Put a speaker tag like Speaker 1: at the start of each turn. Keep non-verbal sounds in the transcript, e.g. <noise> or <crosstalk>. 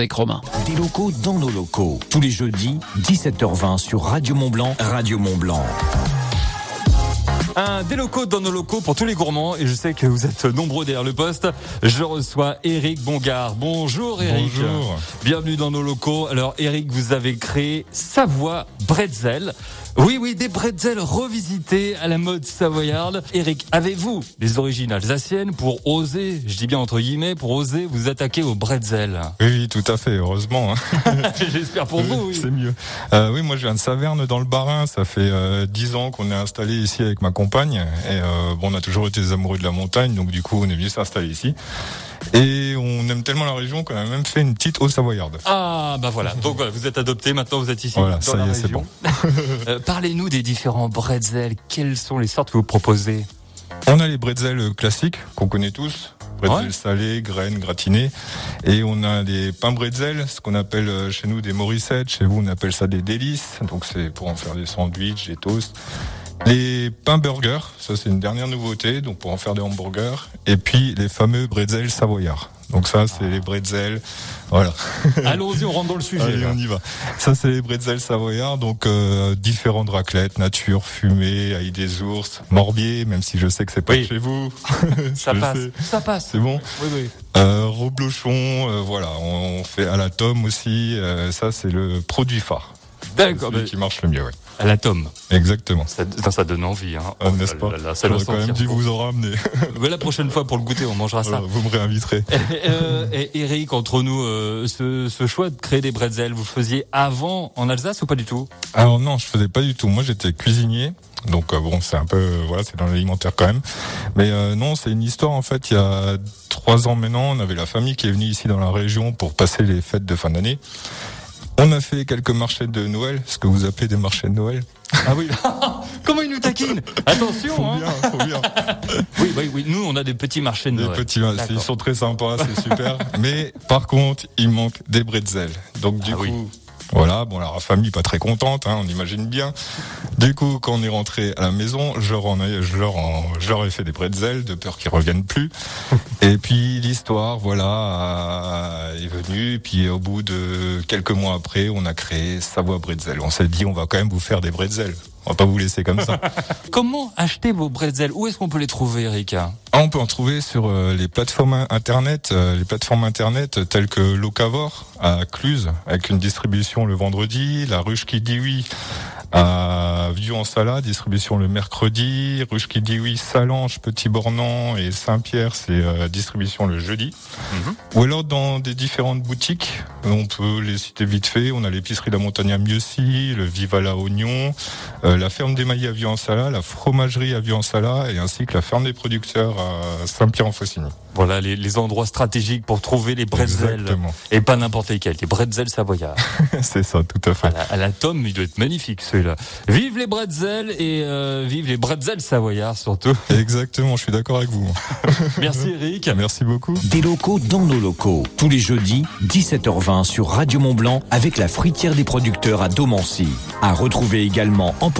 Speaker 1: Avec Romain.
Speaker 2: Des locaux dans nos locaux. Tous les jeudis, 17h20 sur Radio Mont Blanc. Radio Mont Blanc.
Speaker 3: Un des locaux dans nos locaux pour tous les gourmands et je sais que vous êtes nombreux derrière le poste. Je reçois Eric Bongard. Bonjour Eric.
Speaker 4: Bonjour.
Speaker 3: Bienvenue dans nos locaux. Alors Eric, vous avez créé Savoie Bretzel. Oui, oui, des bretzels revisités à la mode savoyarde. Eric, avez-vous les origines alsaciennes pour oser, je dis bien entre guillemets, pour oser vous attaquer aux bretzels <laughs>
Speaker 4: Oui, oui, tout à fait, heureusement. hein.
Speaker 3: J'espère pour
Speaker 4: <laughs>
Speaker 3: vous. oui.
Speaker 4: C'est mieux. Euh, oui, moi je viens de Saverne dans le Barin. Ça fait euh, 10 ans qu'on est installé ici avec ma compagne. Et euh, bon, on a toujours été des amoureux de la montagne, donc du coup on est venu s'installer ici. Et on aime tellement la région qu'on a même fait une petite haute savoyarde.
Speaker 3: Ah, bah voilà. Donc voilà, vous êtes adopté, maintenant vous êtes ici.
Speaker 4: Voilà,
Speaker 3: dans
Speaker 4: ça
Speaker 3: la
Speaker 4: y est, c'est
Speaker 3: région. Euh, Parlez-nous des différents bretzels. Quelles sont les sortes que vous proposez
Speaker 4: On a les bretzels classiques qu'on connaît tous. Bretzels
Speaker 3: Ouais.
Speaker 4: salés, graines, gratinées. Et on a des pains bretzels, ce qu'on appelle euh, chez nous des morissettes. Chez vous, on appelle ça des délices. Donc c'est pour en faire des sandwichs, des toasts. Les pains burgers, ça c'est une dernière nouveauté, donc pour en faire des hamburgers. Et puis les fameux bretzels savoyards. Donc ça c'est les bretzels, voilà.
Speaker 3: <laughs> Allons-y, on rentre dans le sujet.
Speaker 4: Allez,
Speaker 3: là.
Speaker 4: on y va. Ça, c'est les bretzels savoyards. Donc, euh, différentes raclettes, nature, fumée, ail des ours, morbier, même si je sais que c'est pas
Speaker 3: Oui.
Speaker 4: chez vous.
Speaker 3: <laughs> Ça
Speaker 4: Je
Speaker 3: passe.
Speaker 4: sais.
Speaker 3: Ça passe.
Speaker 4: C'est bon.
Speaker 3: Oui, oui.
Speaker 4: Euh, reblochon, euh, voilà. On fait à la tome aussi. euh, ça, c'est le produit phare. C'est
Speaker 3: D'accord.
Speaker 4: celui qui marche le mieux, ouais.
Speaker 3: À la tome.
Speaker 4: Exactement.
Speaker 3: Ça, putain, ça donne envie. Hein.
Speaker 4: Ah, N'est-ce
Speaker 3: Oh
Speaker 4: pas
Speaker 3: là là là, ça doit
Speaker 4: J'aurais quand même Ah,
Speaker 3: sentir
Speaker 4: dû
Speaker 3: bon.
Speaker 4: vous en ramener.
Speaker 3: Mais la prochaine fois pour le goûter, on mangera ça.
Speaker 4: Voilà, vous me réinviterez.
Speaker 3: Euh, <laughs> et Eric, entre nous, euh, ce, ce choix de créer des bretzels, vous le faisiez avant en Alsace ou pas du tout
Speaker 4: Alors non, je faisais pas du tout. Moi, j'étais cuisinier. Donc euh, bon, c'est un peu euh, voilà, c'est dans l'alimentaire quand même. Mais euh, non, c'est une histoire en fait. Il y a trois ans maintenant, on avait la famille qui est venue ici dans la région pour passer les fêtes de fin d'année. On a fait quelques marchés de Noël, ce que vous appelez des marchés de Noël.
Speaker 3: Ah oui. <laughs> Comment il nous
Speaker 4: <laughs>
Speaker 3: taquine Attention.
Speaker 4: Faut
Speaker 3: Hein.
Speaker 4: bien, faut bien.
Speaker 3: Oui, oui, oui. Nous, on a des petits marchés de
Speaker 4: Les
Speaker 3: Noël.
Speaker 4: petits, ouais,
Speaker 3: D'accord.
Speaker 4: ils sont très sympas,
Speaker 3: <laughs>
Speaker 4: c'est super. Mais par contre, il manque des bretzels. Donc du
Speaker 3: Ah
Speaker 4: coup,
Speaker 3: oui.
Speaker 4: voilà, bon alors, la famille pas très contente, hein, on imagine bien. Du coup, quand on est rentré à la maison, je leur, en ai, je leur, en- je leur ai fait des bretzels de peur qu'ils
Speaker 3: <laughs>
Speaker 4: reviennent plus. Et puis l'histoire, voilà, euh, est venue. Et puis au bout de quelques mois après, on a créé Savoie Bretzel. On s'est dit, on va quand même vous faire des bretzels. On va pas vous laisser comme ça.
Speaker 3: Comment acheter vos bretzels Où est-ce qu'on peut les trouver, Eric
Speaker 4: Ah, on peut en trouver sur euh, les plateformes internet, euh, les plateformes internet euh, telles que Locavor à Cluse, avec une distribution le vendredi, la Ruche qui dit oui à Vieux en Sala, distribution le mercredi, Ruche qui dit oui, Salange, Petit Bornand et Saint-Pierre, c'est euh, distribution le jeudi. Ou alors dans des différentes boutiques, euh, on peut les citer vite fait, on a l'épicerie de la Montagne à Mieuxy, le Viva la Oignon, euh, la ferme des mailles à Vieux en Sala, la fromagerie à Vieux en Sala et ainsi que la ferme des producteurs à Saint-Pierre-en-Faucigny.
Speaker 3: Voilà les, les endroits stratégiques pour trouver les bretzels.
Speaker 4: Exactement. <laughs>
Speaker 3: Et pas n'importe lesquels, les bretzels savoyards.
Speaker 4: C'est ça, tout à fait.
Speaker 3: à, la, à la tome, il doit être magnifique celui-là. Vive les bretzels et euh, vive les bretzels savoyards
Speaker 4: <laughs>
Speaker 3: surtout.
Speaker 4: Exactement, je suis d'accord avec vous.
Speaker 3: Merci Eric.
Speaker 4: Merci beaucoup.
Speaker 2: Des locaux dans nos locaux. Tous les jeudis, 17h20 sur Radio Mont Blanc avec la fruitière des producteurs à Domancy. À retrouver également en